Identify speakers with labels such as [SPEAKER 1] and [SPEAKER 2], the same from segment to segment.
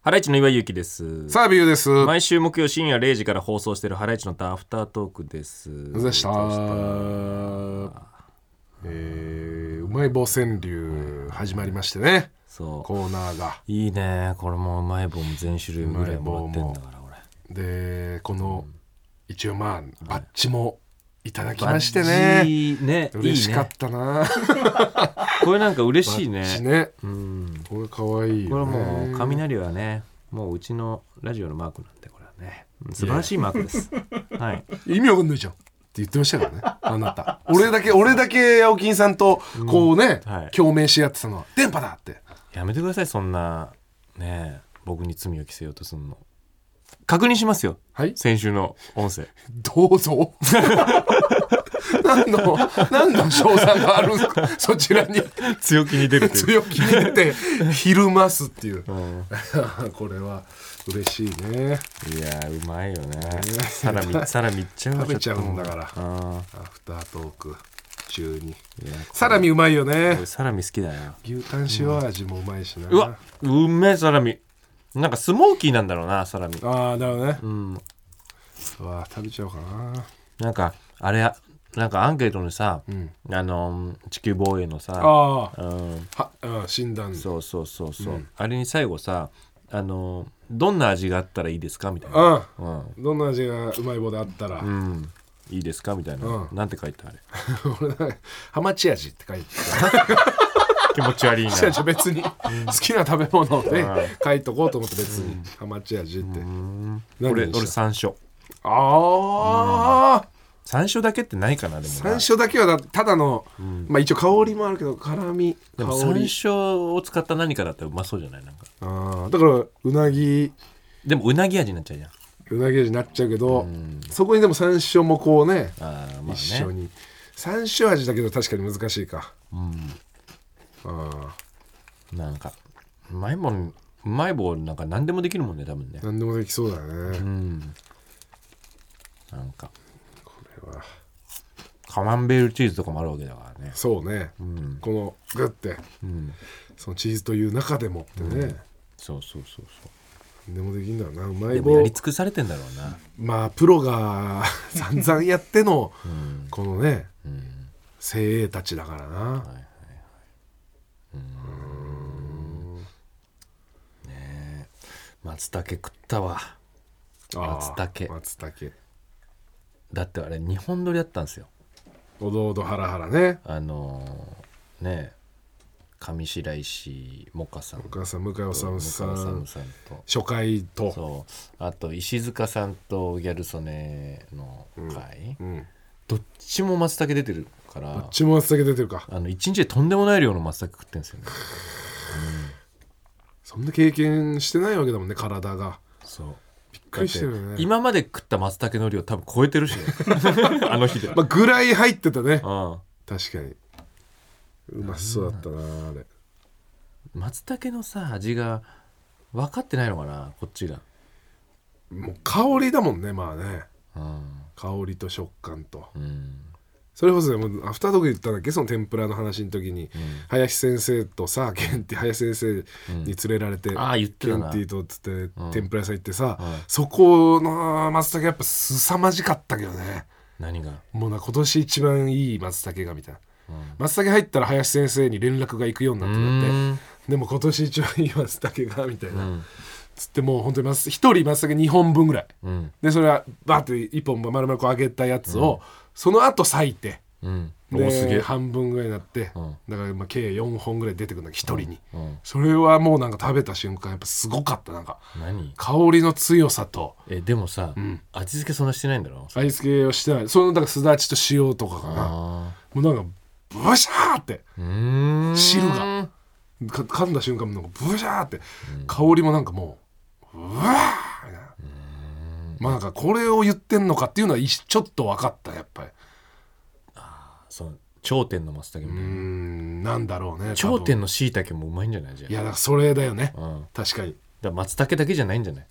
[SPEAKER 1] ハライチの岩井ゆきです。
[SPEAKER 2] さあ、ビューです。
[SPEAKER 1] 毎週木曜深夜0時から放送しているハライチのターアフタートークです。
[SPEAKER 2] でした。えー、うまい棒川柳始まりましてね、
[SPEAKER 1] そう。
[SPEAKER 2] コーナーが。
[SPEAKER 1] いいね。これもうまい棒も全種類ぐらいもらってんだから、俺。
[SPEAKER 2] で、この、一応まあ、バッジもいただき
[SPEAKER 1] バ
[SPEAKER 2] ま
[SPEAKER 1] ッ
[SPEAKER 2] してね。
[SPEAKER 1] ジね。
[SPEAKER 2] 嬉しか
[SPEAKER 1] いい
[SPEAKER 2] っ
[SPEAKER 1] ね。
[SPEAKER 2] たな。
[SPEAKER 1] これなんか嬉しいね
[SPEAKER 2] バッ。ジね。
[SPEAKER 1] うん。
[SPEAKER 2] これかわいい
[SPEAKER 1] これ
[SPEAKER 2] よ、ね。
[SPEAKER 1] もう、雷はね、もううちのラジオのマークなんで、これはね。うん素晴らしいマークです。はい。
[SPEAKER 2] 意味わかんないじゃん。って言ってましたからね、あなた。俺だけ、俺だけ、青金さんと、こうね、
[SPEAKER 1] うんはい
[SPEAKER 2] 共鳴し合ってたのは、電波だって。
[SPEAKER 1] やめてください、そんな、ねえ僕に罪を着せようとすんの。確認しますよ。
[SPEAKER 2] はい
[SPEAKER 1] 先週の音声。
[SPEAKER 2] どうぞ。何の、何の賞賛があるんですかそちらに
[SPEAKER 1] 強気に出るという
[SPEAKER 2] 強気に言って、ひるますっていう。
[SPEAKER 1] うん
[SPEAKER 2] これは嬉しいね。
[SPEAKER 1] いやーうまいよねサラミサラミいっちゃうわ
[SPEAKER 2] 食べちゃうんだから
[SPEAKER 1] ちょっとあ
[SPEAKER 2] アフタートーク中に。
[SPEAKER 1] ーいや
[SPEAKER 2] サラミうまいよね
[SPEAKER 1] 俺。サラミ好きだよ
[SPEAKER 2] 牛タン塩味もうまいしな。
[SPEAKER 1] うわうめえサラミなんかスモーキーなんだろうなサラミ
[SPEAKER 2] ああ、だよね
[SPEAKER 1] う。ん
[SPEAKER 2] うわ食べちゃおうかな。
[SPEAKER 1] なんかあれなんかアンケートにさ、
[SPEAKER 2] ん
[SPEAKER 1] あのー地球防衛のさ
[SPEAKER 2] ああ、
[SPEAKER 1] うん
[SPEAKER 2] は、うん、診断。う
[SPEAKER 1] そうそうそうそう、あれに最後さあのーどんな味があったらいいですかみたいな、
[SPEAKER 2] ん。
[SPEAKER 1] うん
[SPEAKER 2] どんな味がうまい棒であったら、
[SPEAKER 1] うん、いいですかみたいな、
[SPEAKER 2] うん
[SPEAKER 1] なんて書いたあれ
[SPEAKER 2] 俺なんかハマチ味って書いてた。
[SPEAKER 1] 気持ち悪 いな
[SPEAKER 2] 違う違う別に好きな食べ物をね書いとこうと思って別にハマチ味って何
[SPEAKER 1] 俺
[SPEAKER 2] で
[SPEAKER 1] 俺
[SPEAKER 2] した
[SPEAKER 1] 山椒
[SPEAKER 2] ああ
[SPEAKER 1] 山椒だけってないかなでもな
[SPEAKER 2] 山椒だけはだただのまあ一応香りもあるけど辛み
[SPEAKER 1] で
[SPEAKER 2] 香
[SPEAKER 1] も山
[SPEAKER 2] り
[SPEAKER 1] 椒を使った何かだったらうまそうじゃないなんか
[SPEAKER 2] あーだからうなぎ
[SPEAKER 1] でもうなぎ味になっちゃうじゃん
[SPEAKER 2] うなぎ味になっちゃうけどそこにでも山椒もこうね
[SPEAKER 1] あーま
[SPEAKER 2] 一緒
[SPEAKER 1] あね
[SPEAKER 2] に山椒味だけど確かに難しいかあ
[SPEAKER 1] なんかうまいもんうまい棒なんか何でもできるもんね多分ね
[SPEAKER 2] ー何でもできそうだね
[SPEAKER 1] うんなんか
[SPEAKER 2] これは
[SPEAKER 1] カマンベールチーズとかもあるわけだからね
[SPEAKER 2] そうねこのグッて
[SPEAKER 1] うん
[SPEAKER 2] そのチーズという中でもってね
[SPEAKER 1] そうそうそうそ
[SPEAKER 2] 何でもできんだろうなうま
[SPEAKER 1] う
[SPEAKER 2] い
[SPEAKER 1] でもや
[SPEAKER 2] 棒
[SPEAKER 1] り尽くされてんだろうな
[SPEAKER 2] まあプロが 散々やってのこのね精鋭たちだからな
[SPEAKER 1] 松茸食ったわ
[SPEAKER 2] あー
[SPEAKER 1] 松茸
[SPEAKER 2] 松茸
[SPEAKER 1] だってあれ日本撮りだったんですよ
[SPEAKER 2] おどおどハラハラね
[SPEAKER 1] あのーね上白石萌歌さん
[SPEAKER 2] お母さん向井
[SPEAKER 1] 向
[SPEAKER 2] 理
[SPEAKER 1] 井
[SPEAKER 2] さ
[SPEAKER 1] 理
[SPEAKER 2] ん
[SPEAKER 1] さんと
[SPEAKER 2] 初回と
[SPEAKER 1] そうあと石塚さんとギャル曽根の会、
[SPEAKER 2] うん
[SPEAKER 1] どっちも松茸出てるか
[SPEAKER 2] ど
[SPEAKER 1] ら
[SPEAKER 2] っちも松茸出てるか
[SPEAKER 1] あの一日でとんでもない量の松茸食ってるんですよね
[SPEAKER 2] そんな経験してないわけだもんね体が
[SPEAKER 1] そう
[SPEAKER 2] びっくりしてるよ
[SPEAKER 1] だっ
[SPEAKER 2] ね
[SPEAKER 1] て今まで食った松茸の量多分超えてるし ねあの日で、
[SPEAKER 2] まあぐらい入ってたね
[SPEAKER 1] うん
[SPEAKER 2] 確かにうまそうだったなあれ
[SPEAKER 1] 松茸のさ味が分かってないのかなこっちが、
[SPEAKER 2] もう香りだもんねまあね
[SPEAKER 1] うん
[SPEAKER 2] 香りと食感と
[SPEAKER 1] うん、
[SPEAKER 2] それこそねもうアフタートークで言ったんだっけその天ぷらの話の時に、林先生とさケンティ林先生に連れられて、
[SPEAKER 1] ああ言って
[SPEAKER 2] ケ
[SPEAKER 1] た
[SPEAKER 2] ン
[SPEAKER 1] な
[SPEAKER 2] ティとっつって、天ぷら屋さん行ってさ、
[SPEAKER 1] はい
[SPEAKER 2] そこの松茸やっぱ凄まじかったけどね
[SPEAKER 1] 何が
[SPEAKER 2] もうな今年一番いい松茸がみたいな、松茸入ったら林先生に連絡が行くようになって
[SPEAKER 1] う
[SPEAKER 2] なって
[SPEAKER 1] ーん
[SPEAKER 2] でも今年一番いい松茸がみたいな、
[SPEAKER 1] ん
[SPEAKER 2] つってもう本当に松一人松茸2本分ぐらい
[SPEAKER 1] うん
[SPEAKER 2] でそれはバーって1本丸々こう揚げたやつを、その後裂いて。
[SPEAKER 1] うんお
[SPEAKER 2] で
[SPEAKER 1] すげえ
[SPEAKER 2] 半分ぐらいになって、
[SPEAKER 1] うん
[SPEAKER 2] だからまあ計4本ぐらい出てくるんだけど1人に、
[SPEAKER 1] うん
[SPEAKER 2] それはもうなんか食べた瞬間やっぱすごかったなんか
[SPEAKER 1] 何
[SPEAKER 2] 香りの強さと
[SPEAKER 1] えでもさ、味付けそんなしてないんだろ
[SPEAKER 2] 味付けをしてないそのだからすだちと塩とかかな
[SPEAKER 1] あ
[SPEAKER 2] もうなんかブシャーって
[SPEAKER 1] あうーん
[SPEAKER 2] 汁がか噛んだ瞬間もなんかブシャーって、香りもなんかもううわーみたいなまあなんかこれを言ってんのかっていうのは一ちょっと分かったやっぱり
[SPEAKER 1] その頂点の松茸みたいう
[SPEAKER 2] ー
[SPEAKER 1] なん
[SPEAKER 2] なんだろうね多分
[SPEAKER 1] 頂点の椎茸もうまいんじゃないじゃん
[SPEAKER 2] いやだからそれだよね、
[SPEAKER 1] うん、だか
[SPEAKER 2] 確かに
[SPEAKER 1] ら松茸だけじゃないんじゃない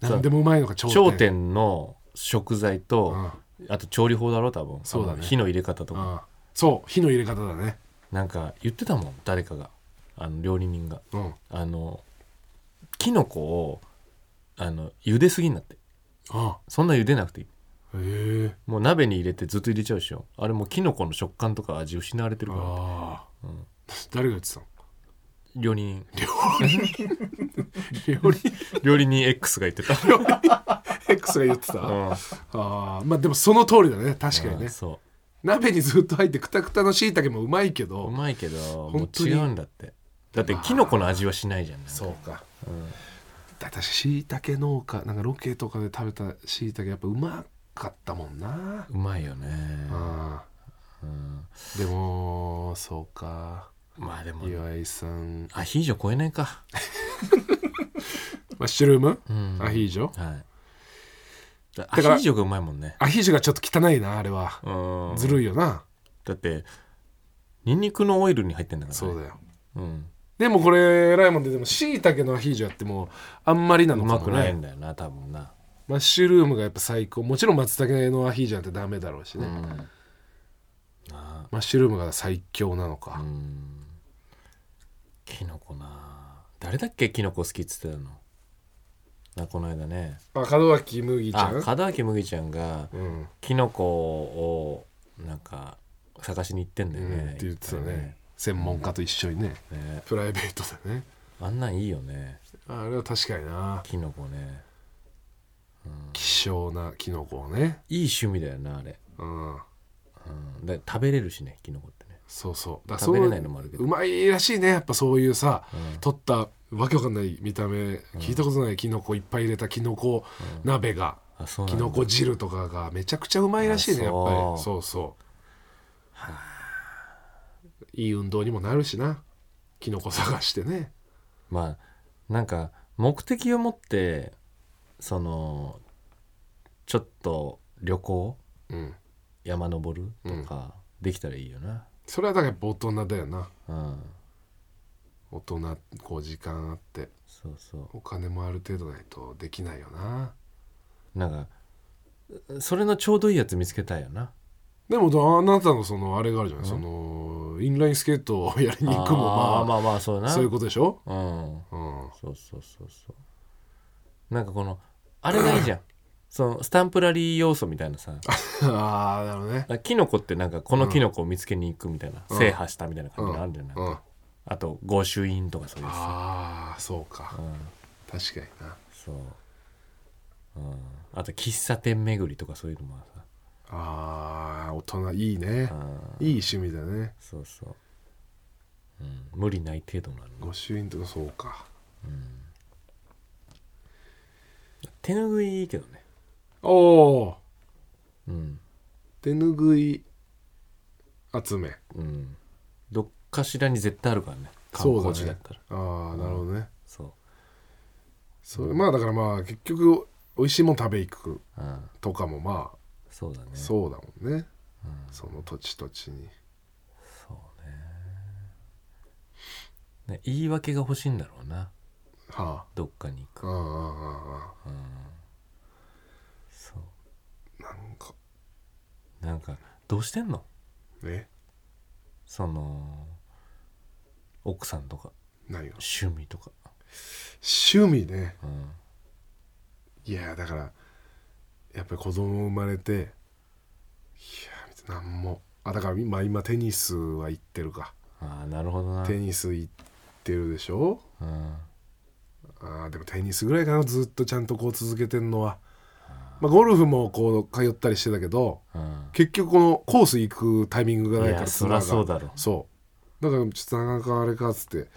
[SPEAKER 2] 何でもうまいのか頂点
[SPEAKER 1] 頂点の食材と、あと調理法だろ多分
[SPEAKER 2] そうだね
[SPEAKER 1] 火の入れ方とか、
[SPEAKER 2] ああそう火の入れ方だね
[SPEAKER 1] なんか言ってたもん誰かがあの料理人が
[SPEAKER 2] うん
[SPEAKER 1] あのキノコをあの茹ですぎになって
[SPEAKER 2] あ
[SPEAKER 1] そんな茹でなくていい
[SPEAKER 2] へえ
[SPEAKER 1] もう鍋に入れてずっと入れちゃうでしょあれもうキノコの食感とか味失われてるから
[SPEAKER 2] ああ、
[SPEAKER 1] うん
[SPEAKER 2] 誰が言ってたの
[SPEAKER 1] 料理人
[SPEAKER 2] 料理
[SPEAKER 1] 料理人 X が言ってた
[SPEAKER 2] X が言ってた、
[SPEAKER 1] う
[SPEAKER 2] あ
[SPEAKER 1] ん
[SPEAKER 2] あまあでもその通りだね確かに
[SPEAKER 1] う
[SPEAKER 2] ね
[SPEAKER 1] んそ
[SPEAKER 2] 鍋にずっと入ってくたくたのしいたけもうまいけ
[SPEAKER 1] うう
[SPEAKER 2] ど
[SPEAKER 1] まいけども
[SPEAKER 2] 本
[SPEAKER 1] う
[SPEAKER 2] 当に
[SPEAKER 1] 違うんだってだってキノコの味はしないじゃんなんか
[SPEAKER 2] そうか
[SPEAKER 1] うん
[SPEAKER 2] だってしいたけ農家なんかロケとかで食べたしいたけやっぱうまかったもんな、
[SPEAKER 1] うまいよね
[SPEAKER 2] あ
[SPEAKER 1] うん
[SPEAKER 2] あでもそうか
[SPEAKER 1] まあでも
[SPEAKER 2] 岩井さん
[SPEAKER 1] アヒージョ超えないか
[SPEAKER 2] マッシュルーム、
[SPEAKER 1] うん
[SPEAKER 2] アヒージョ
[SPEAKER 1] はいだア
[SPEAKER 2] か
[SPEAKER 1] ヒ
[SPEAKER 2] ら
[SPEAKER 1] ージョがうまいもんね
[SPEAKER 2] アヒージョがちょっと汚いなあれは、
[SPEAKER 1] うん
[SPEAKER 2] ずるいよな
[SPEAKER 1] だってニンニクのオイルに入ってんだからね
[SPEAKER 2] そうだよ
[SPEAKER 1] うん
[SPEAKER 2] でもこれライモンででもしいたけのアヒージョやってもあんまりな
[SPEAKER 1] う
[SPEAKER 2] の
[SPEAKER 1] ま
[SPEAKER 2] か
[SPEAKER 1] く
[SPEAKER 2] も
[SPEAKER 1] ない
[SPEAKER 2] ね
[SPEAKER 1] んだよな多分な
[SPEAKER 2] マッシュルームがやっぱ最高もちろん松茸のアヒージョなんてダメだろうし
[SPEAKER 1] う
[SPEAKER 2] ね、
[SPEAKER 1] んなあ
[SPEAKER 2] マッシュルームが最強なのか、
[SPEAKER 1] うんキノコな誰だっけキノコ好きっつってたのなこの間ね
[SPEAKER 2] あ門脇麦ちゃ
[SPEAKER 1] あ
[SPEAKER 2] ん
[SPEAKER 1] 門脇麦ちゃんが
[SPEAKER 2] うん、
[SPEAKER 1] キノコをなんか探しに行ってんだ
[SPEAKER 2] う
[SPEAKER 1] よ
[SPEAKER 2] ん、
[SPEAKER 1] ね、
[SPEAKER 2] って言ってたね専門家と一緒にね、
[SPEAKER 1] いっぱいねね
[SPEAKER 2] プライベートでね
[SPEAKER 1] あんなんいいよね
[SPEAKER 2] あれは確かにな
[SPEAKER 1] キノコね
[SPEAKER 2] 希少なキノコをね
[SPEAKER 1] いい趣味だよなあれ、
[SPEAKER 2] うん
[SPEAKER 1] うん、で食べれるしねキノコってね
[SPEAKER 2] そうそうだから
[SPEAKER 1] 食べれないのもあるけど
[SPEAKER 2] そううまいらしいねやっぱそういうさ、
[SPEAKER 1] うん
[SPEAKER 2] 取ったわけわかんない見た目、聞いたことないキノコいっぱい入れたキノコ鍋が、
[SPEAKER 1] あそう
[SPEAKER 2] キ
[SPEAKER 1] なんだ
[SPEAKER 2] ノコ汁とかがめちゃくちゃうまいらしいね
[SPEAKER 1] あ
[SPEAKER 2] やっぱり
[SPEAKER 1] そ
[SPEAKER 2] そうそういい運動にもなるしなキノコ探してね
[SPEAKER 1] まあなんか目的を持ってそのちょっと旅行
[SPEAKER 2] うん
[SPEAKER 1] 山登るとかできたらいいよな、
[SPEAKER 2] それはだからやっぱ大人だよな
[SPEAKER 1] うん、
[SPEAKER 2] 大人こう時間あって
[SPEAKER 1] そうそ
[SPEAKER 2] お金もある程度ないとできないよな
[SPEAKER 1] うなんかうそれのちょうどいいやつ見つけたいよな
[SPEAKER 2] でもだあなたのそのあれがあるじゃないそのインラインスケートをやり に行くも
[SPEAKER 1] あー
[SPEAKER 2] ま
[SPEAKER 1] まあまあそう
[SPEAKER 2] あ
[SPEAKER 1] な
[SPEAKER 2] そういうことでしょ、
[SPEAKER 1] うん
[SPEAKER 2] うん、
[SPEAKER 1] そうそうそうそうなんかこのあれがいいじ ゃんそのスタンプラリー要素みたいなさ
[SPEAKER 2] ああなるほどね
[SPEAKER 1] だからキノコってなんかこのキノコを見つけに行くみたいな、
[SPEAKER 2] うん
[SPEAKER 1] 制覇したみたいな感じがあるんじゃない、
[SPEAKER 2] うん、あ
[SPEAKER 1] あと御朱印とかそういうさ
[SPEAKER 2] あーそうか
[SPEAKER 1] うん、
[SPEAKER 2] 確かにな
[SPEAKER 1] そう、うん、あと喫茶店巡りとかそういうのも
[SPEAKER 2] あー大人いいね
[SPEAKER 1] さ、うん、
[SPEAKER 2] いい趣味だね
[SPEAKER 1] そうそう、うん、無理ない程度なの
[SPEAKER 2] 御朱印とかそうか
[SPEAKER 1] 手ぬぐいいいけどね
[SPEAKER 2] おお
[SPEAKER 1] うん
[SPEAKER 2] 手ぬぐい集め
[SPEAKER 1] うんどっかしらに絶対あるからね観
[SPEAKER 2] そうだね
[SPEAKER 1] 光地だったら
[SPEAKER 2] ああなるほどね
[SPEAKER 1] そう,、
[SPEAKER 2] それまあだからまあ結局美味しいもん食べ行く
[SPEAKER 1] うん、
[SPEAKER 2] とかもまあ
[SPEAKER 1] そうだねう
[SPEAKER 2] そうだもんね、その土地土地に
[SPEAKER 1] ね言い訳が欲しいんだろうな
[SPEAKER 2] は
[SPEAKER 1] どっかに行
[SPEAKER 2] ああ
[SPEAKER 1] く
[SPEAKER 2] あああ
[SPEAKER 1] そう
[SPEAKER 2] あなんか
[SPEAKER 1] なんかどうしてんの
[SPEAKER 2] ね
[SPEAKER 1] その奥さんとか
[SPEAKER 2] 何が
[SPEAKER 1] 趣味とか、
[SPEAKER 2] 趣味ね
[SPEAKER 1] うん、
[SPEAKER 2] いやだからやっぱり子供生まれていや別に何もあだから今今テニスは行ってるか
[SPEAKER 1] ああなるほどな
[SPEAKER 2] テニス行ってるでしょ
[SPEAKER 1] うん
[SPEAKER 2] あーでもテニスぐらいかなずっとちゃんとこう続けてんのは、まあ、ゴルフもこう通ったりしてたけど
[SPEAKER 1] うん
[SPEAKER 2] 結局このコース行くタイミングがないいから
[SPEAKER 1] やそ
[SPEAKER 2] ツ
[SPEAKER 1] り
[SPEAKER 2] アー
[SPEAKER 1] ゃ
[SPEAKER 2] が
[SPEAKER 1] そうだろ
[SPEAKER 2] そうだからちょっとなかなかあれかっつって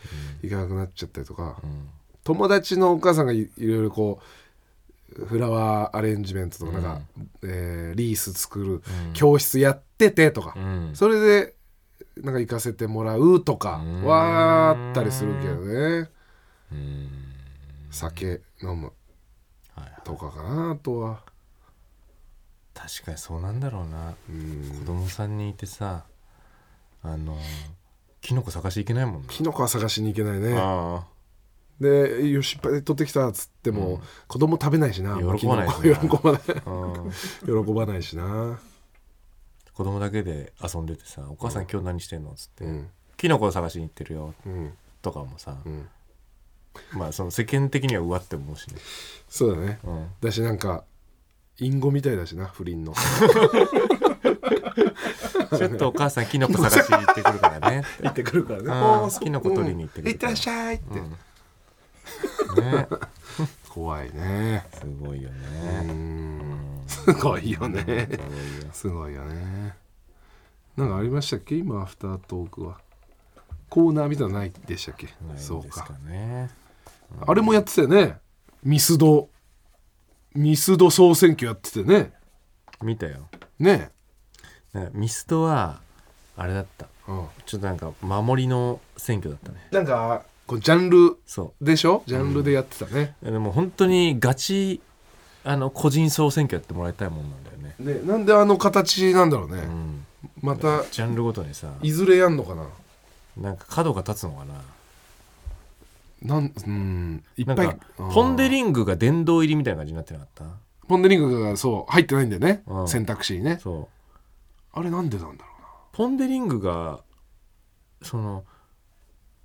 [SPEAKER 2] 行かなくなっちゃったりとか、
[SPEAKER 1] うん
[SPEAKER 2] 友達のお母さんがいいろいろこうフラワーアレンジメントとかなんか、えーリース作る教室やっててとか
[SPEAKER 1] う、ん
[SPEAKER 2] それでなんか行かせてもらうとか
[SPEAKER 1] うん
[SPEAKER 2] はあったりするけどね
[SPEAKER 1] うん
[SPEAKER 2] 酒飲む
[SPEAKER 1] はいはい
[SPEAKER 2] とかかなあとは
[SPEAKER 1] 確かにそうなんだろうな
[SPEAKER 2] うん
[SPEAKER 1] 子供さんにいてさあのキノコ探していけないもんね
[SPEAKER 2] キノコは探しに行けないね
[SPEAKER 1] あ
[SPEAKER 2] で「よしいっぱい取ってきた」っつっても、子供食べないしな
[SPEAKER 1] 喜ばないし
[SPEAKER 2] 喜
[SPEAKER 1] な
[SPEAKER 2] ばない
[SPEAKER 1] あうん
[SPEAKER 2] 喜ばないしな
[SPEAKER 1] 子供だけで遊んでてさ「お母さん今日何してんの?」っつって
[SPEAKER 2] うん
[SPEAKER 1] 「キノコ探しに行ってるよ
[SPEAKER 2] うん」
[SPEAKER 1] とかもさ
[SPEAKER 2] うん
[SPEAKER 1] まあその世間的にはうわって思うしね、
[SPEAKER 2] そうだね
[SPEAKER 1] うん、
[SPEAKER 2] だしなんか隠語みたいだしな不倫 の
[SPEAKER 1] ちょっとお母さんキノコ探しに行ってくるから ねって
[SPEAKER 2] 言ってくるからね
[SPEAKER 1] あー
[SPEAKER 2] あーそう
[SPEAKER 1] キノコ取りに行ってくるから
[SPEAKER 2] うんいってらっしゃいって、
[SPEAKER 1] ね
[SPEAKER 2] 怖いね
[SPEAKER 1] すごいよ
[SPEAKER 2] う
[SPEAKER 1] ね
[SPEAKER 2] んすごいよねすごいよねなんかありましたっけ今アフタートークはコーナーみたいなのないでしたっけ
[SPEAKER 1] ないんです
[SPEAKER 2] そう
[SPEAKER 1] か
[SPEAKER 2] か
[SPEAKER 1] ね
[SPEAKER 2] あれもやってたよねミスドミスド総選挙やっててね
[SPEAKER 1] 見たよ
[SPEAKER 2] ね
[SPEAKER 1] なんかミストはあれだった
[SPEAKER 2] うん、
[SPEAKER 1] ちょっとなんか守りの選挙だったね
[SPEAKER 2] なんかこうジャンル
[SPEAKER 1] そ
[SPEAKER 2] でしょジャンルでやってたね、
[SPEAKER 1] うでも本当にガチあの個人総選挙やってもらいたいもんなんだよね、
[SPEAKER 2] ねなんであの形なんだろうね、
[SPEAKER 1] うん、
[SPEAKER 2] また
[SPEAKER 1] ジャンルごとにさ
[SPEAKER 2] いずれやんのかな
[SPEAKER 1] なんか角が立つのかな
[SPEAKER 2] なんうんいっ
[SPEAKER 1] なん
[SPEAKER 2] ぱい
[SPEAKER 1] かポン・デリングが殿堂入りみたいな感じになってなかっ
[SPEAKER 2] ポンデリングがそう入ってないんだよね、
[SPEAKER 1] うん
[SPEAKER 2] 選択肢にね
[SPEAKER 1] たそう
[SPEAKER 2] あれなんでなんだろうな
[SPEAKER 1] ポン・デリングがその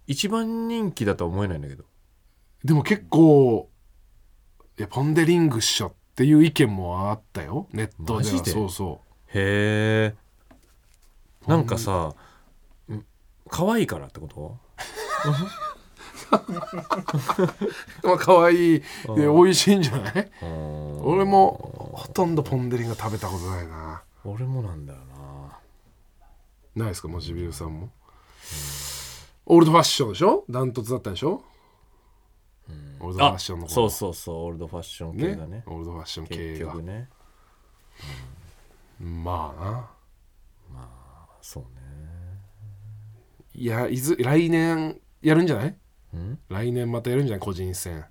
[SPEAKER 1] 一番人気だとは思えないんだけど
[SPEAKER 2] でも結構いやポン・デリングっしょっていう意見もあったよネット
[SPEAKER 1] マ
[SPEAKER 2] では
[SPEAKER 1] ジで
[SPEAKER 2] そうそ
[SPEAKER 1] へえなんかさん可愛いからってこと
[SPEAKER 2] うまあ可愛いで
[SPEAKER 1] うん
[SPEAKER 2] 美味しいんじゃない俺
[SPEAKER 1] 俺
[SPEAKER 2] もほとんどポン・デリング食べたことないな
[SPEAKER 1] 俺もなんだよな
[SPEAKER 2] ないですかモチビルさんもオールドファッションでしょダントツだったでしょオールドファッションの
[SPEAKER 1] あ
[SPEAKER 2] こと
[SPEAKER 1] そうそうそうオールドファッション系だね
[SPEAKER 2] ねオールドファッション
[SPEAKER 1] 結
[SPEAKER 2] 系が
[SPEAKER 1] 局ね
[SPEAKER 2] まあな
[SPEAKER 1] そう
[SPEAKER 2] いやいず来年やるんじゃない
[SPEAKER 1] ねうん
[SPEAKER 2] 来年またやるんじゃない個人戦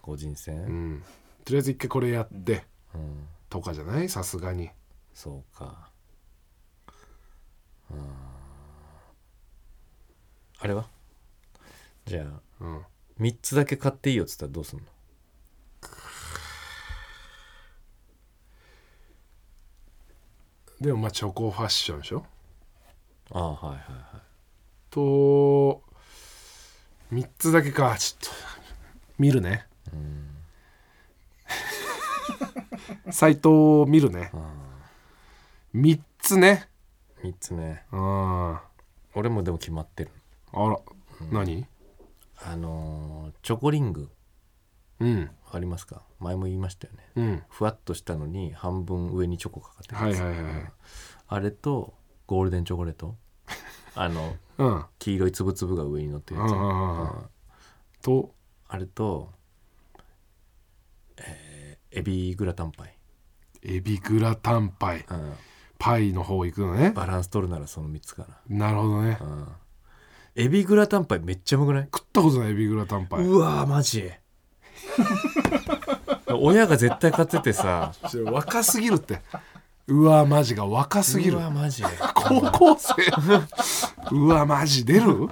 [SPEAKER 1] 個人
[SPEAKER 2] う
[SPEAKER 1] 戦
[SPEAKER 2] んとりあえず一回これやって
[SPEAKER 1] うん
[SPEAKER 2] とかじゃないさすがに
[SPEAKER 1] そうかうんあれはじゃあ
[SPEAKER 2] うん
[SPEAKER 1] 3つだけ買っていいよっつったらどうすんの
[SPEAKER 2] でもまあチョコファッションでしょ
[SPEAKER 1] ああはいはいはい
[SPEAKER 2] と3つだけかちょっと見るねサイトを見るね3つね
[SPEAKER 1] 3つね
[SPEAKER 2] うんあ
[SPEAKER 1] 俺もでも決まってる
[SPEAKER 2] ら何
[SPEAKER 1] あのーチョコリング
[SPEAKER 2] うん
[SPEAKER 1] わかりますか前も言いましたよね
[SPEAKER 2] うん
[SPEAKER 1] ふわっとしたのに半分上にチョコかかってる
[SPEAKER 2] はい
[SPEAKER 1] や
[SPEAKER 2] はい
[SPEAKER 1] つ
[SPEAKER 2] はいはい
[SPEAKER 1] あれとゴールデンチョコレー トあの
[SPEAKER 2] うん
[SPEAKER 1] 黄色いつぶつぶが上に乗ってる
[SPEAKER 2] う
[SPEAKER 1] やつ、
[SPEAKER 2] んうんうん
[SPEAKER 1] うん
[SPEAKER 2] と
[SPEAKER 1] あれと、えーエビグラタンパイ、
[SPEAKER 2] エビグラタンパイ
[SPEAKER 1] うん、
[SPEAKER 2] パイの方行くのね
[SPEAKER 1] バランス取るならその3つか
[SPEAKER 2] なるほどね
[SPEAKER 1] な、うん、エビグラタンパイめっちゃうまくない、
[SPEAKER 2] 食ったことないエビグラタンパイ
[SPEAKER 1] うわーマジ 親が絶対買っててさ
[SPEAKER 2] ちょ若すぎるってうわマジが若すぎる
[SPEAKER 1] うわーマジ
[SPEAKER 2] 高校生うわマジ出る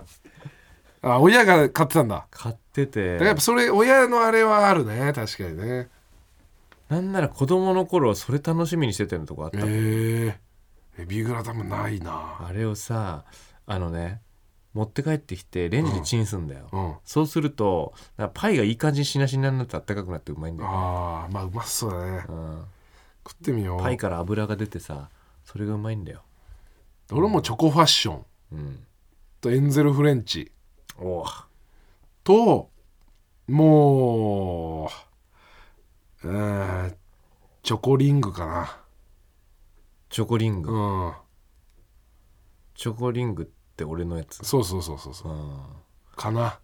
[SPEAKER 2] あ親が買ってたんだ
[SPEAKER 1] 買って
[SPEAKER 2] だ
[SPEAKER 1] て
[SPEAKER 2] からやっぱそれ親のあれはあるね確かにね
[SPEAKER 1] なんなら子供の頃それ楽しみにしてたのとこあった
[SPEAKER 2] え
[SPEAKER 1] もん、
[SPEAKER 2] ー、エビグラタンもないな
[SPEAKER 1] あれをさあのね持って帰ってきてレンジでチンすんだよ、
[SPEAKER 2] うん
[SPEAKER 1] そうするとなんかパイがいい感じにしなしなになってあったかくなってうまいんだよ、
[SPEAKER 2] あーまあうまそうだね
[SPEAKER 1] うん、
[SPEAKER 2] 食ってみよう
[SPEAKER 1] パイから油が出てさそれがうまいんだよ、
[SPEAKER 2] 俺もチョコファッション
[SPEAKER 1] うん、
[SPEAKER 2] とエンゼルフレンチ
[SPEAKER 1] おお
[SPEAKER 2] ともううーんチョコリングかな
[SPEAKER 1] チョコリング、
[SPEAKER 2] うん
[SPEAKER 1] チョコリングって俺のやつ、、
[SPEAKER 2] そうそうそうそうそううんかな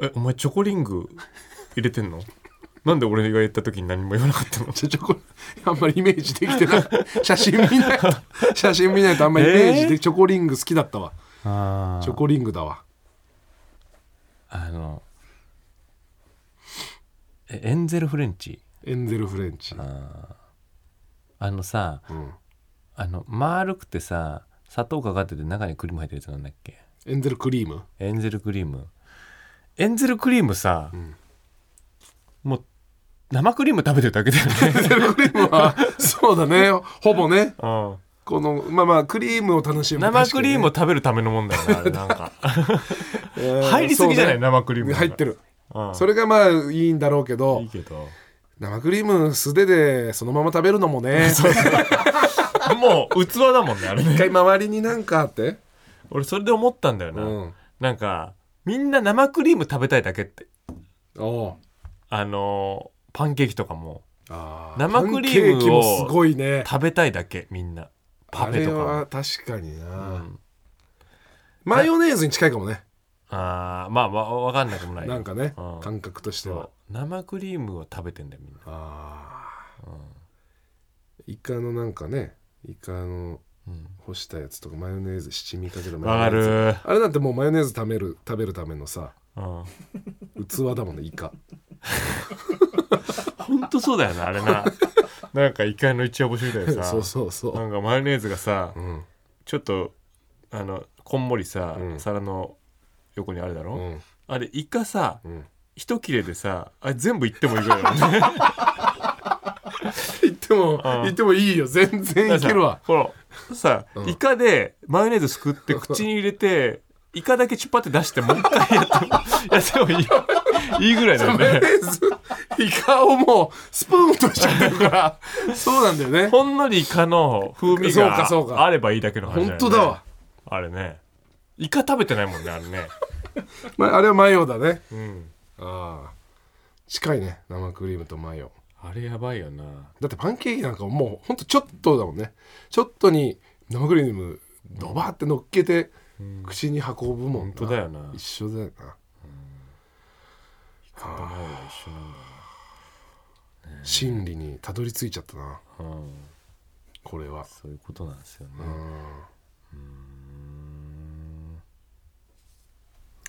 [SPEAKER 1] えお前チョコリング入れて んのなんで俺が言った時に何も言わなかったの
[SPEAKER 2] ちょチョコあんまりイメージでき てない写真見ないと写真見ないとあんまりイメージで、
[SPEAKER 1] えー
[SPEAKER 2] チョコリング好きだったわ
[SPEAKER 1] あ
[SPEAKER 2] チョコリングだわ
[SPEAKER 1] あのえエンゼルフレンチ
[SPEAKER 2] エンゼルフレンチ
[SPEAKER 1] あのさ
[SPEAKER 2] うん、
[SPEAKER 1] あの丸くてさ砂糖かかってて中にクリーム入ってるやつなんだっけ
[SPEAKER 2] エンゼルクリーム
[SPEAKER 1] エンゼルクリームエンゼルクリームさ、
[SPEAKER 2] ん
[SPEAKER 1] もう生クリーム食べてるだけだよ
[SPEAKER 2] エ
[SPEAKER 1] ね、
[SPEAKER 2] ンゼルクリームは そうだねほぼね
[SPEAKER 1] うん
[SPEAKER 2] このまあまあクリームを楽しむ
[SPEAKER 1] 生クリームを
[SPEAKER 2] 確
[SPEAKER 1] 食べるためのもんだよねあれなんか
[SPEAKER 2] かにねえー
[SPEAKER 1] 入りすぎじゃない、
[SPEAKER 2] そうね
[SPEAKER 1] 生クリーム
[SPEAKER 2] 入ってる
[SPEAKER 1] うん
[SPEAKER 2] それがまあいいんだろうけど
[SPEAKER 1] いいけど
[SPEAKER 2] 生クリーム素手でそのまま食べるのも ね
[SPEAKER 1] もう器だもんねあれ
[SPEAKER 2] 一
[SPEAKER 1] ね
[SPEAKER 2] 回周りになんかあって、
[SPEAKER 1] 俺それで思ったんだよ
[SPEAKER 2] う
[SPEAKER 1] な、
[SPEAKER 2] ん、
[SPEAKER 1] なんかみんな生クリーム食べたいだけって
[SPEAKER 2] おう
[SPEAKER 1] あのーパンケーキとかも
[SPEAKER 2] あ
[SPEAKER 1] 生クリームを
[SPEAKER 2] パンケーキもすごいね
[SPEAKER 1] 食べたいだけみんなパ
[SPEAKER 2] あ
[SPEAKER 1] フェ
[SPEAKER 2] れ
[SPEAKER 1] とかも
[SPEAKER 2] は確かにな、
[SPEAKER 1] うん
[SPEAKER 2] マヨネーズに近いかもね
[SPEAKER 1] あーまあわわかんなくもない
[SPEAKER 2] なんかね、
[SPEAKER 1] うん
[SPEAKER 2] 感覚として
[SPEAKER 1] そ
[SPEAKER 2] は
[SPEAKER 1] う生クリームを食べてんだよみんな、
[SPEAKER 2] あ
[SPEAKER 1] う
[SPEAKER 2] ーイカのなんかねイカの
[SPEAKER 1] んうん
[SPEAKER 2] 干したやつとかマヨネーズ七味かけたマ
[SPEAKER 1] わか
[SPEAKER 2] ヨネーズ
[SPEAKER 1] る
[SPEAKER 2] あれなんてもうマヨネーズ食べる食べるためのさ
[SPEAKER 1] うん
[SPEAKER 2] 器だもんねイカ
[SPEAKER 1] ほんとそうだよなあれ ななんか一回の一夜干しみたいなさ
[SPEAKER 2] そうそうそ
[SPEAKER 1] なんかマヨネーズがさ
[SPEAKER 2] ううん
[SPEAKER 1] ちょっとあのこんもりさ、
[SPEAKER 2] うん
[SPEAKER 1] 皿の横にあるだろ、
[SPEAKER 2] うん
[SPEAKER 1] あれイカさ
[SPEAKER 2] うん
[SPEAKER 1] 一切れでさあれ全部いってもいいぐらいだよね
[SPEAKER 2] 言っても
[SPEAKER 1] あー
[SPEAKER 2] 言ってもいいよ 全然いけるわ
[SPEAKER 1] ほらさ、
[SPEAKER 2] うん
[SPEAKER 1] イカでマヨネーズすく って口に入れてイカだけチュッパって出してもう一回やってやっ てもいいいいぐらいだよ
[SPEAKER 2] マヨネ
[SPEAKER 1] ね
[SPEAKER 2] ーズイカをもうスプーンとしちゃって るからそうなんだよね
[SPEAKER 1] ほんのりイカの風味
[SPEAKER 2] そうかそう
[SPEAKER 1] が
[SPEAKER 2] か
[SPEAKER 1] あればいいだけの話だよね
[SPEAKER 2] 本当だわ、
[SPEAKER 1] あれねイカ食べてないもんねあれね、
[SPEAKER 2] ま、あれはマヨだね
[SPEAKER 1] うん、
[SPEAKER 2] ああ近いね生クリームとマヨ
[SPEAKER 1] あれやばいよな
[SPEAKER 2] だってパンケーキなんかもうほんとちょっとだもんねちょっとに生クリームドバーって乗っけて
[SPEAKER 1] うん
[SPEAKER 2] 口に運ぶもん
[SPEAKER 1] 本
[SPEAKER 2] な
[SPEAKER 1] 当だよな
[SPEAKER 2] 一緒だよな
[SPEAKER 1] イカとマヨが一緒なん
[SPEAKER 2] 真理にたどり着いちゃったな
[SPEAKER 1] だよ、うん
[SPEAKER 2] これは
[SPEAKER 1] そういうことなんですよね、
[SPEAKER 2] うん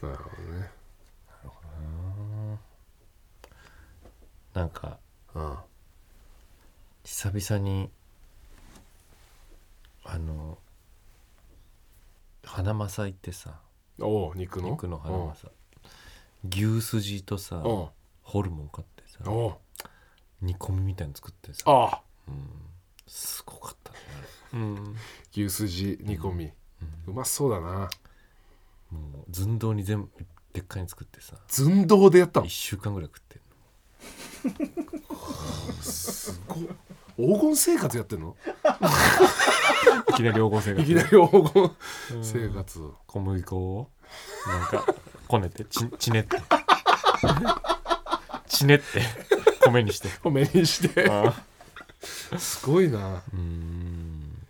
[SPEAKER 2] なるほどね
[SPEAKER 1] なんか
[SPEAKER 2] うん
[SPEAKER 1] 久々にあの花正行ってさ
[SPEAKER 2] おお肉の
[SPEAKER 1] 肉の花正牛すじとさ
[SPEAKER 2] うんうん
[SPEAKER 1] ホルモン買ってさ
[SPEAKER 2] おお
[SPEAKER 1] 煮込みみたいの作ってさ
[SPEAKER 2] ああ
[SPEAKER 1] すごかったねあれうん
[SPEAKER 2] 牛すじ煮込みうまそうだな
[SPEAKER 1] もう寸胴に全部でっかいの作ってさ
[SPEAKER 2] 寸胴でやったの
[SPEAKER 1] 1週間ぐらい食ってんの
[SPEAKER 2] すごい黄金生活やってんの
[SPEAKER 1] いきなり黄金生
[SPEAKER 2] いきなり
[SPEAKER 1] 活
[SPEAKER 2] 黄金生活
[SPEAKER 1] 小麦粉をなんかこねてちちねって ちねって米にして
[SPEAKER 2] を目にして
[SPEAKER 1] あ
[SPEAKER 2] すごいな
[SPEAKER 1] ーうーん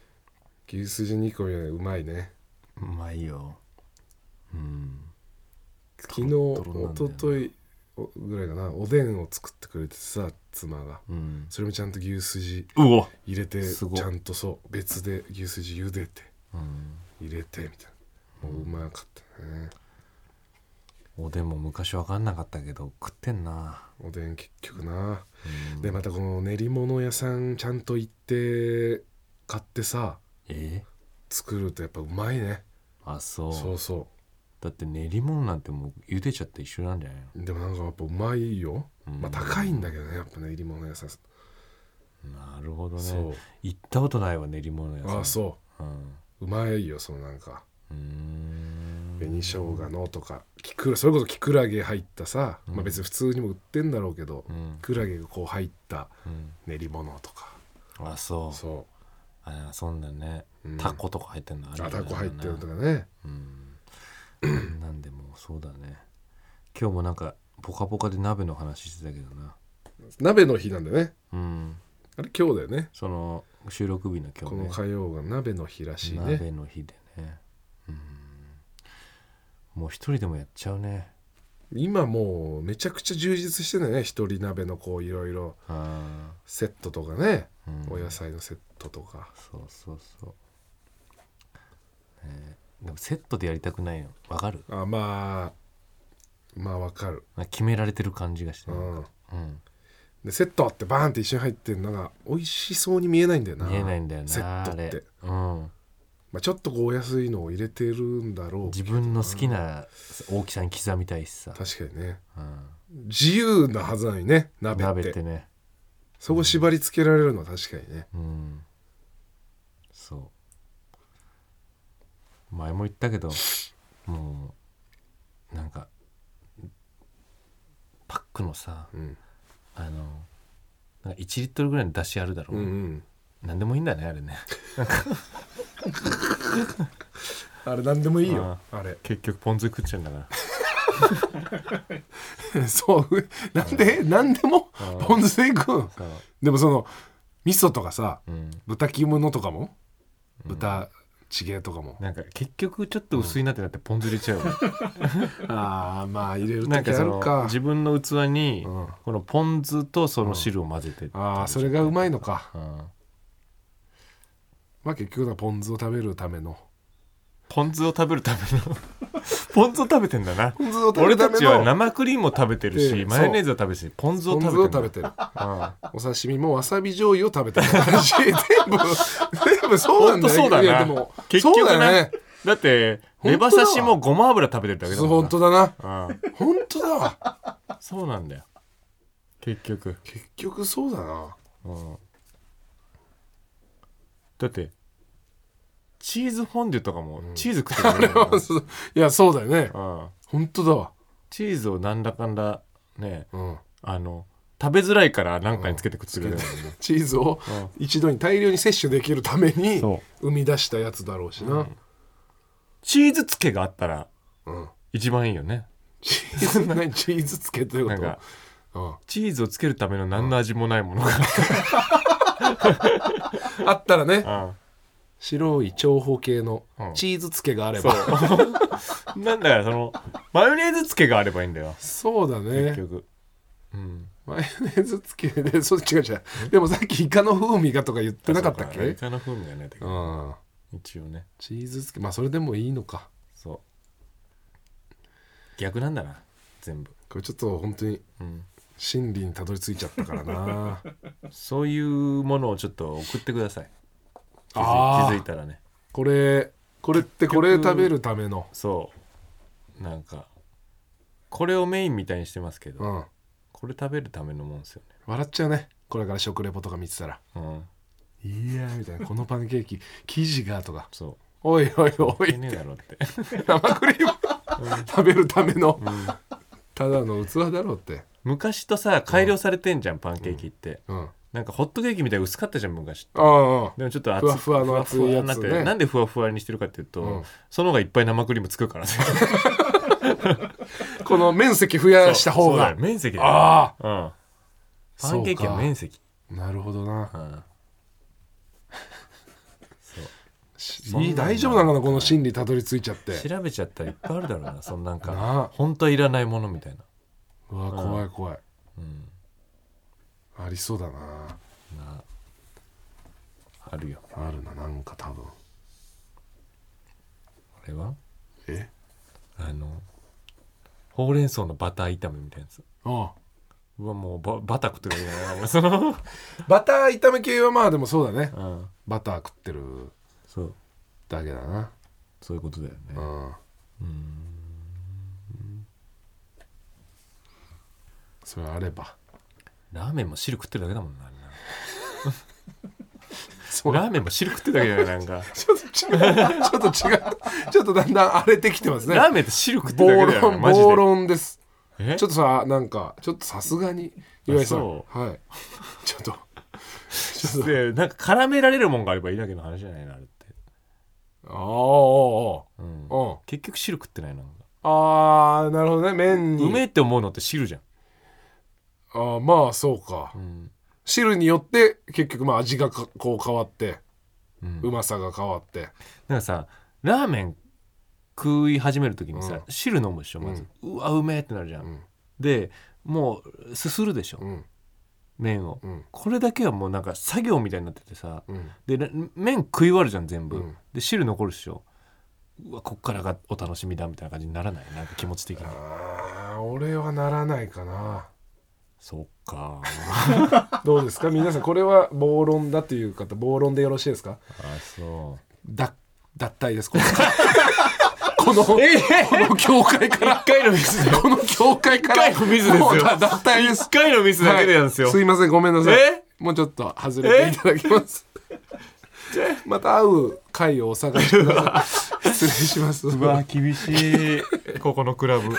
[SPEAKER 2] 牛すじ煮込みはうまいね
[SPEAKER 1] うまいようん
[SPEAKER 2] 昨日
[SPEAKER 1] トロトロなんだよ
[SPEAKER 2] 一
[SPEAKER 1] な
[SPEAKER 2] 昨日ぐらいかなおでんを作ってくれてさ妻が
[SPEAKER 1] うん
[SPEAKER 2] それもちゃんと牛すじ
[SPEAKER 1] うお
[SPEAKER 2] 入れて
[SPEAKER 1] すごい
[SPEAKER 2] ちゃんとそう別で牛すじ茹でて
[SPEAKER 1] うん
[SPEAKER 2] 入れてみたいなもううまかったね
[SPEAKER 1] おでんも昔分かんなかったけど食ってんな
[SPEAKER 2] おでん結局な
[SPEAKER 1] うん
[SPEAKER 2] でまたこの練り物屋さんちゃんと行って買ってさ
[SPEAKER 1] え
[SPEAKER 2] 作るとやっぱうまいね
[SPEAKER 1] あそう
[SPEAKER 2] そうそ
[SPEAKER 1] だって練り物なんてもう茹でちゃって一緒なんじゃないの
[SPEAKER 2] うでもなんかやっぱうまいよ
[SPEAKER 1] うん
[SPEAKER 2] まあ高いんだけどねやっぱね練り物屋さん
[SPEAKER 1] なるほど
[SPEAKER 2] そ
[SPEAKER 1] ね行ったことないわ練り物屋
[SPEAKER 2] う
[SPEAKER 1] さん
[SPEAKER 2] ああそう
[SPEAKER 1] うん
[SPEAKER 2] うまいよそのなんか
[SPEAKER 1] うーん
[SPEAKER 2] 紅生姜のとかきくらそれこそきくらげ入ったさ、まあ、別に普通にも売ってんだろうけど、
[SPEAKER 1] うん
[SPEAKER 2] きくらげがこう入った
[SPEAKER 1] うん
[SPEAKER 2] 練り物とか、
[SPEAKER 1] あそう
[SPEAKER 2] そ
[SPEAKER 1] あなんかそんなね
[SPEAKER 2] うん
[SPEAKER 1] タコとか入ってんの
[SPEAKER 2] うあたこ入ってると
[SPEAKER 1] か
[SPEAKER 2] かね
[SPEAKER 1] うんなんでもうそうだね今日もなんかポカポカで鍋の話してたけどな
[SPEAKER 2] 鍋の日なんだよね
[SPEAKER 1] うん
[SPEAKER 2] あれ今日だよね
[SPEAKER 1] その収録日の今日
[SPEAKER 2] この
[SPEAKER 1] ね
[SPEAKER 2] 火曜が鍋の日らしいね
[SPEAKER 1] 鍋の日でねうんもう一人でもやっちゃうね
[SPEAKER 2] 今もうめちゃくちゃ充実してんだよね一人鍋のこういろいろ
[SPEAKER 1] あ
[SPEAKER 2] セットとかね、
[SPEAKER 1] ー、うん
[SPEAKER 2] お野菜のセットとか
[SPEAKER 1] そうそうそう、ねえ、でもセットでやりたくないのわかる
[SPEAKER 2] あまあまあわかる
[SPEAKER 1] なんか決められてる感じがして
[SPEAKER 2] う
[SPEAKER 1] なん
[SPEAKER 2] ん
[SPEAKER 1] かうん
[SPEAKER 2] でセットってバーンって一緒に入ってるのが美味しそうに見えないんだよな
[SPEAKER 1] 見えないんだよな
[SPEAKER 2] セットって
[SPEAKER 1] あれうん
[SPEAKER 2] まあ、ちょっとこうお安いのを入れてるんだろう
[SPEAKER 1] 自分の好きな大きさに刻みたいしさ、
[SPEAKER 2] 確かにね
[SPEAKER 1] うん、
[SPEAKER 2] 自由なはずなのにね鍋って
[SPEAKER 1] 鍋ってね
[SPEAKER 2] そこ縛り付けられるのは確かにね
[SPEAKER 1] うんそう前も言ったけどもうなんかクのさ
[SPEAKER 2] うん
[SPEAKER 1] あのなんか1リットルぐらいの出汁あるだろ
[SPEAKER 2] うんうん
[SPEAKER 1] なんでもいいんだねあれね
[SPEAKER 2] あれ何でもいいよあれ
[SPEAKER 1] 結局ポン酢食っちゃうんだな
[SPEAKER 2] そうなんで何でも
[SPEAKER 1] うん
[SPEAKER 2] ポン酢でいくん
[SPEAKER 1] そう、
[SPEAKER 2] でもその味噌とかさ
[SPEAKER 1] うん、
[SPEAKER 2] 豚キムのとかも豚チゲとかも
[SPEAKER 1] なんか結局ちょっと薄いなってなってポン酢入れちゃうよ、
[SPEAKER 2] ああまあ入れ る
[SPEAKER 1] なん
[SPEAKER 2] 時
[SPEAKER 1] か
[SPEAKER 2] あ
[SPEAKER 1] そ
[SPEAKER 2] る
[SPEAKER 1] の
[SPEAKER 2] か
[SPEAKER 1] 自分の器に
[SPEAKER 2] うん
[SPEAKER 1] このポン酢とその汁を混ぜてって
[SPEAKER 2] ああそれがうまいのか
[SPEAKER 1] うん
[SPEAKER 2] まあ結局はポン酢を食べるための
[SPEAKER 1] ポン酢を食べるための ポン酢を食べてんだな
[SPEAKER 2] ポン酢を食べ
[SPEAKER 1] 俺
[SPEAKER 2] るた
[SPEAKER 1] た
[SPEAKER 2] め
[SPEAKER 1] ちは
[SPEAKER 2] の
[SPEAKER 1] 生クリームを食べてる
[SPEAKER 2] ええ
[SPEAKER 1] しマヨネーズを食べてるしポン酢
[SPEAKER 2] ポ
[SPEAKER 1] を
[SPEAKER 2] ン酢
[SPEAKER 1] 食
[SPEAKER 2] を
[SPEAKER 1] べてるんだ
[SPEAKER 2] 食べてる
[SPEAKER 1] うん
[SPEAKER 2] お刺身もわさび醤油を食べてるし全部全部そうなんだよ
[SPEAKER 1] ほんとそうだない
[SPEAKER 2] やでも
[SPEAKER 1] 結局な
[SPEAKER 2] そうだよね
[SPEAKER 1] だって
[SPEAKER 2] 本当だわ
[SPEAKER 1] レバ刺しもごま油食べてるだけだもん
[SPEAKER 2] 本
[SPEAKER 1] な
[SPEAKER 2] 当だな
[SPEAKER 1] うん
[SPEAKER 2] 本当だわ
[SPEAKER 1] そうなんだよ結局、
[SPEAKER 2] 結局そうだな
[SPEAKER 1] うんだってチーズフォンデュとかもチーズ食ってるからね
[SPEAKER 2] いやそうだよね
[SPEAKER 1] うん
[SPEAKER 2] 本当だわ
[SPEAKER 1] チーズをなんだかんだね
[SPEAKER 2] うん
[SPEAKER 1] あの食べづらいから何かにつけてくっつけてるもんね
[SPEAKER 2] チーズを一度に大量に摂取できるために
[SPEAKER 1] そ
[SPEAKER 2] 生み出したやつだろうしな
[SPEAKER 1] チーズつけがあったら
[SPEAKER 2] うん
[SPEAKER 1] 一番いいよね
[SPEAKER 2] チーズ何チーズつけってこ
[SPEAKER 1] なんか
[SPEAKER 2] と
[SPEAKER 1] チーズをつけるための何の味もないものが、
[SPEAKER 2] うんあったらね
[SPEAKER 1] あ
[SPEAKER 2] 白い長方形の
[SPEAKER 1] うん
[SPEAKER 2] チーズつけがあれ
[SPEAKER 1] そ
[SPEAKER 2] ば、
[SPEAKER 1] うなんだよそのマヨネーズつけがあればいいんだよ
[SPEAKER 2] そうだ
[SPEAKER 1] 結
[SPEAKER 2] ね
[SPEAKER 1] 局、うん、
[SPEAKER 2] マヨネーズつけでそう違う違うでもさっきイカの風味がとか言ってなかったっ
[SPEAKER 1] あそうイ
[SPEAKER 2] け
[SPEAKER 1] カの風味がないんだけ
[SPEAKER 2] う
[SPEAKER 1] ど
[SPEAKER 2] ん
[SPEAKER 1] 一応ね
[SPEAKER 2] チーズつけまあそれでもいいのか
[SPEAKER 1] そう逆なんだな全部、
[SPEAKER 2] これちょっと本当に
[SPEAKER 1] うん、
[SPEAKER 2] 真理にたどり着いちゃったか らな
[SPEAKER 1] そういうものをちょっと送ってください気づ
[SPEAKER 2] あー
[SPEAKER 1] 気づいたらね
[SPEAKER 2] これこれってこれ食べるための
[SPEAKER 1] そうなんかこれをメインみたいにしてますけど、
[SPEAKER 2] うん
[SPEAKER 1] これ食べるためのもんですよ
[SPEAKER 2] 笑っちゃうねこれから食レポとか見てたら
[SPEAKER 1] ねうん
[SPEAKER 2] 「いや」みたいな「このパンケーキ生地が」とか
[SPEAKER 1] そう
[SPEAKER 2] 「おいおいお
[SPEAKER 1] お
[SPEAKER 2] い
[SPEAKER 1] いねえだろって
[SPEAKER 2] 生クリーム食べるためのただの器だろう」って
[SPEAKER 1] 昔とさ改良されてんじゃん、パンケーキって、
[SPEAKER 2] うんあ
[SPEAKER 1] なんかホットケーキみたいに薄かったじゃん昔って
[SPEAKER 2] あ
[SPEAKER 1] でもちょっと
[SPEAKER 2] ふわふわの熱いやつ
[SPEAKER 1] ふわ
[SPEAKER 2] ね
[SPEAKER 1] ふわになってなんでふわふわにしてるかっていうと、
[SPEAKER 2] うん
[SPEAKER 1] その方がいっぱい生クリームつくからね
[SPEAKER 2] この面積増や した方
[SPEAKER 1] そうだ
[SPEAKER 2] が
[SPEAKER 1] よ面積だよ
[SPEAKER 2] ああ
[SPEAKER 1] うんパンケーキは面積
[SPEAKER 2] なるほどな
[SPEAKER 1] うんそう
[SPEAKER 2] し
[SPEAKER 1] そんなん
[SPEAKER 2] いい大丈夫なのかなこの心理たどり着いちゃって
[SPEAKER 1] 調べちゃったらいっぱいあるだろうなそのなん
[SPEAKER 2] なあ
[SPEAKER 1] か本当はいらないものみたいな、
[SPEAKER 2] うわ怖い怖い
[SPEAKER 1] うん、
[SPEAKER 2] ありそうだな
[SPEAKER 1] なあるよ
[SPEAKER 2] あるななんか多分
[SPEAKER 1] あれは
[SPEAKER 2] え
[SPEAKER 1] あのほうれん草のバター炒めみたいなやつ
[SPEAKER 2] あ
[SPEAKER 1] うわもうババター食ってるよな俺その
[SPEAKER 2] あバター炒め系はまあでもそうだね
[SPEAKER 1] うん
[SPEAKER 2] バター食ってる
[SPEAKER 1] そう
[SPEAKER 2] だけだな
[SPEAKER 1] そういうことだよね
[SPEAKER 2] うん
[SPEAKER 1] うん
[SPEAKER 2] それあれば
[SPEAKER 1] ラーメンも汁食ってるだけだもんなあれな
[SPEAKER 2] そう
[SPEAKER 1] ラーメンも汁食ってるだけだよなんか
[SPEAKER 2] ちょっと違うち ょっと違うちょっとだんだん荒れてきてますね
[SPEAKER 1] ラーメンって汁食ってる
[SPEAKER 2] 暴
[SPEAKER 1] だけだよね
[SPEAKER 2] 論
[SPEAKER 1] マジで
[SPEAKER 2] 暴論です
[SPEAKER 1] え
[SPEAKER 2] ちょっとさなんかちょっとさすがに岩井さん
[SPEAKER 1] そ
[SPEAKER 2] はいちょ っとちょっと
[SPEAKER 1] でなんか絡められるもんがあればいいだけの話じゃないのあれって、
[SPEAKER 2] あー
[SPEAKER 1] うん
[SPEAKER 2] あーあーうん
[SPEAKER 1] 結局汁食ってないのなんか
[SPEAKER 2] あーなるほどね麺に
[SPEAKER 1] うめえって思うのって汁じゃん、
[SPEAKER 2] あーまあそうか
[SPEAKER 1] うん
[SPEAKER 2] 汁によって結局まあ味がかこう変わって
[SPEAKER 1] うん
[SPEAKER 2] うまさが変わって
[SPEAKER 1] なんかさラーメン食い始める時にさ、
[SPEAKER 2] うん
[SPEAKER 1] 汁飲むでしょまず、うわうめえってなるじゃん、
[SPEAKER 2] うん
[SPEAKER 1] でもうすするでしょ、
[SPEAKER 2] うん
[SPEAKER 1] 麺を、
[SPEAKER 2] うん
[SPEAKER 1] これだけはもうなんか作業みたいになっててさ、
[SPEAKER 2] うん
[SPEAKER 1] でら麺食い終わるじゃん全部、
[SPEAKER 2] うん
[SPEAKER 1] で汁残るでしょうわこっからがお楽しみだみたいな感じにならないなんか気持ち的に
[SPEAKER 2] あー俺はならないかな
[SPEAKER 1] そっか
[SPEAKER 2] どうですか皆さんこれは暴論だという方暴論でよろしいですか
[SPEAKER 1] あそ
[SPEAKER 2] だ脱退ですこの この
[SPEAKER 1] うえ
[SPEAKER 2] この教会から
[SPEAKER 1] 一回のミスだよ
[SPEAKER 2] この教会から
[SPEAKER 1] 一回のミスですよ
[SPEAKER 2] もうだ脱退です
[SPEAKER 1] 一回のミスだけでなんですよ、
[SPEAKER 2] はいすいませんごめんなさい
[SPEAKER 1] え
[SPEAKER 2] もうちょっと外れていただきますまた会う会をお探しくださ い失礼します
[SPEAKER 1] うわ 厳しいここのクラブ
[SPEAKER 2] うん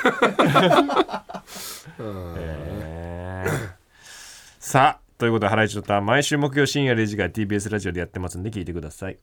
[SPEAKER 1] えーさあということで「ハライチのターン」毎週木曜深夜0時から TBS ラジオでやってますんで聞いてください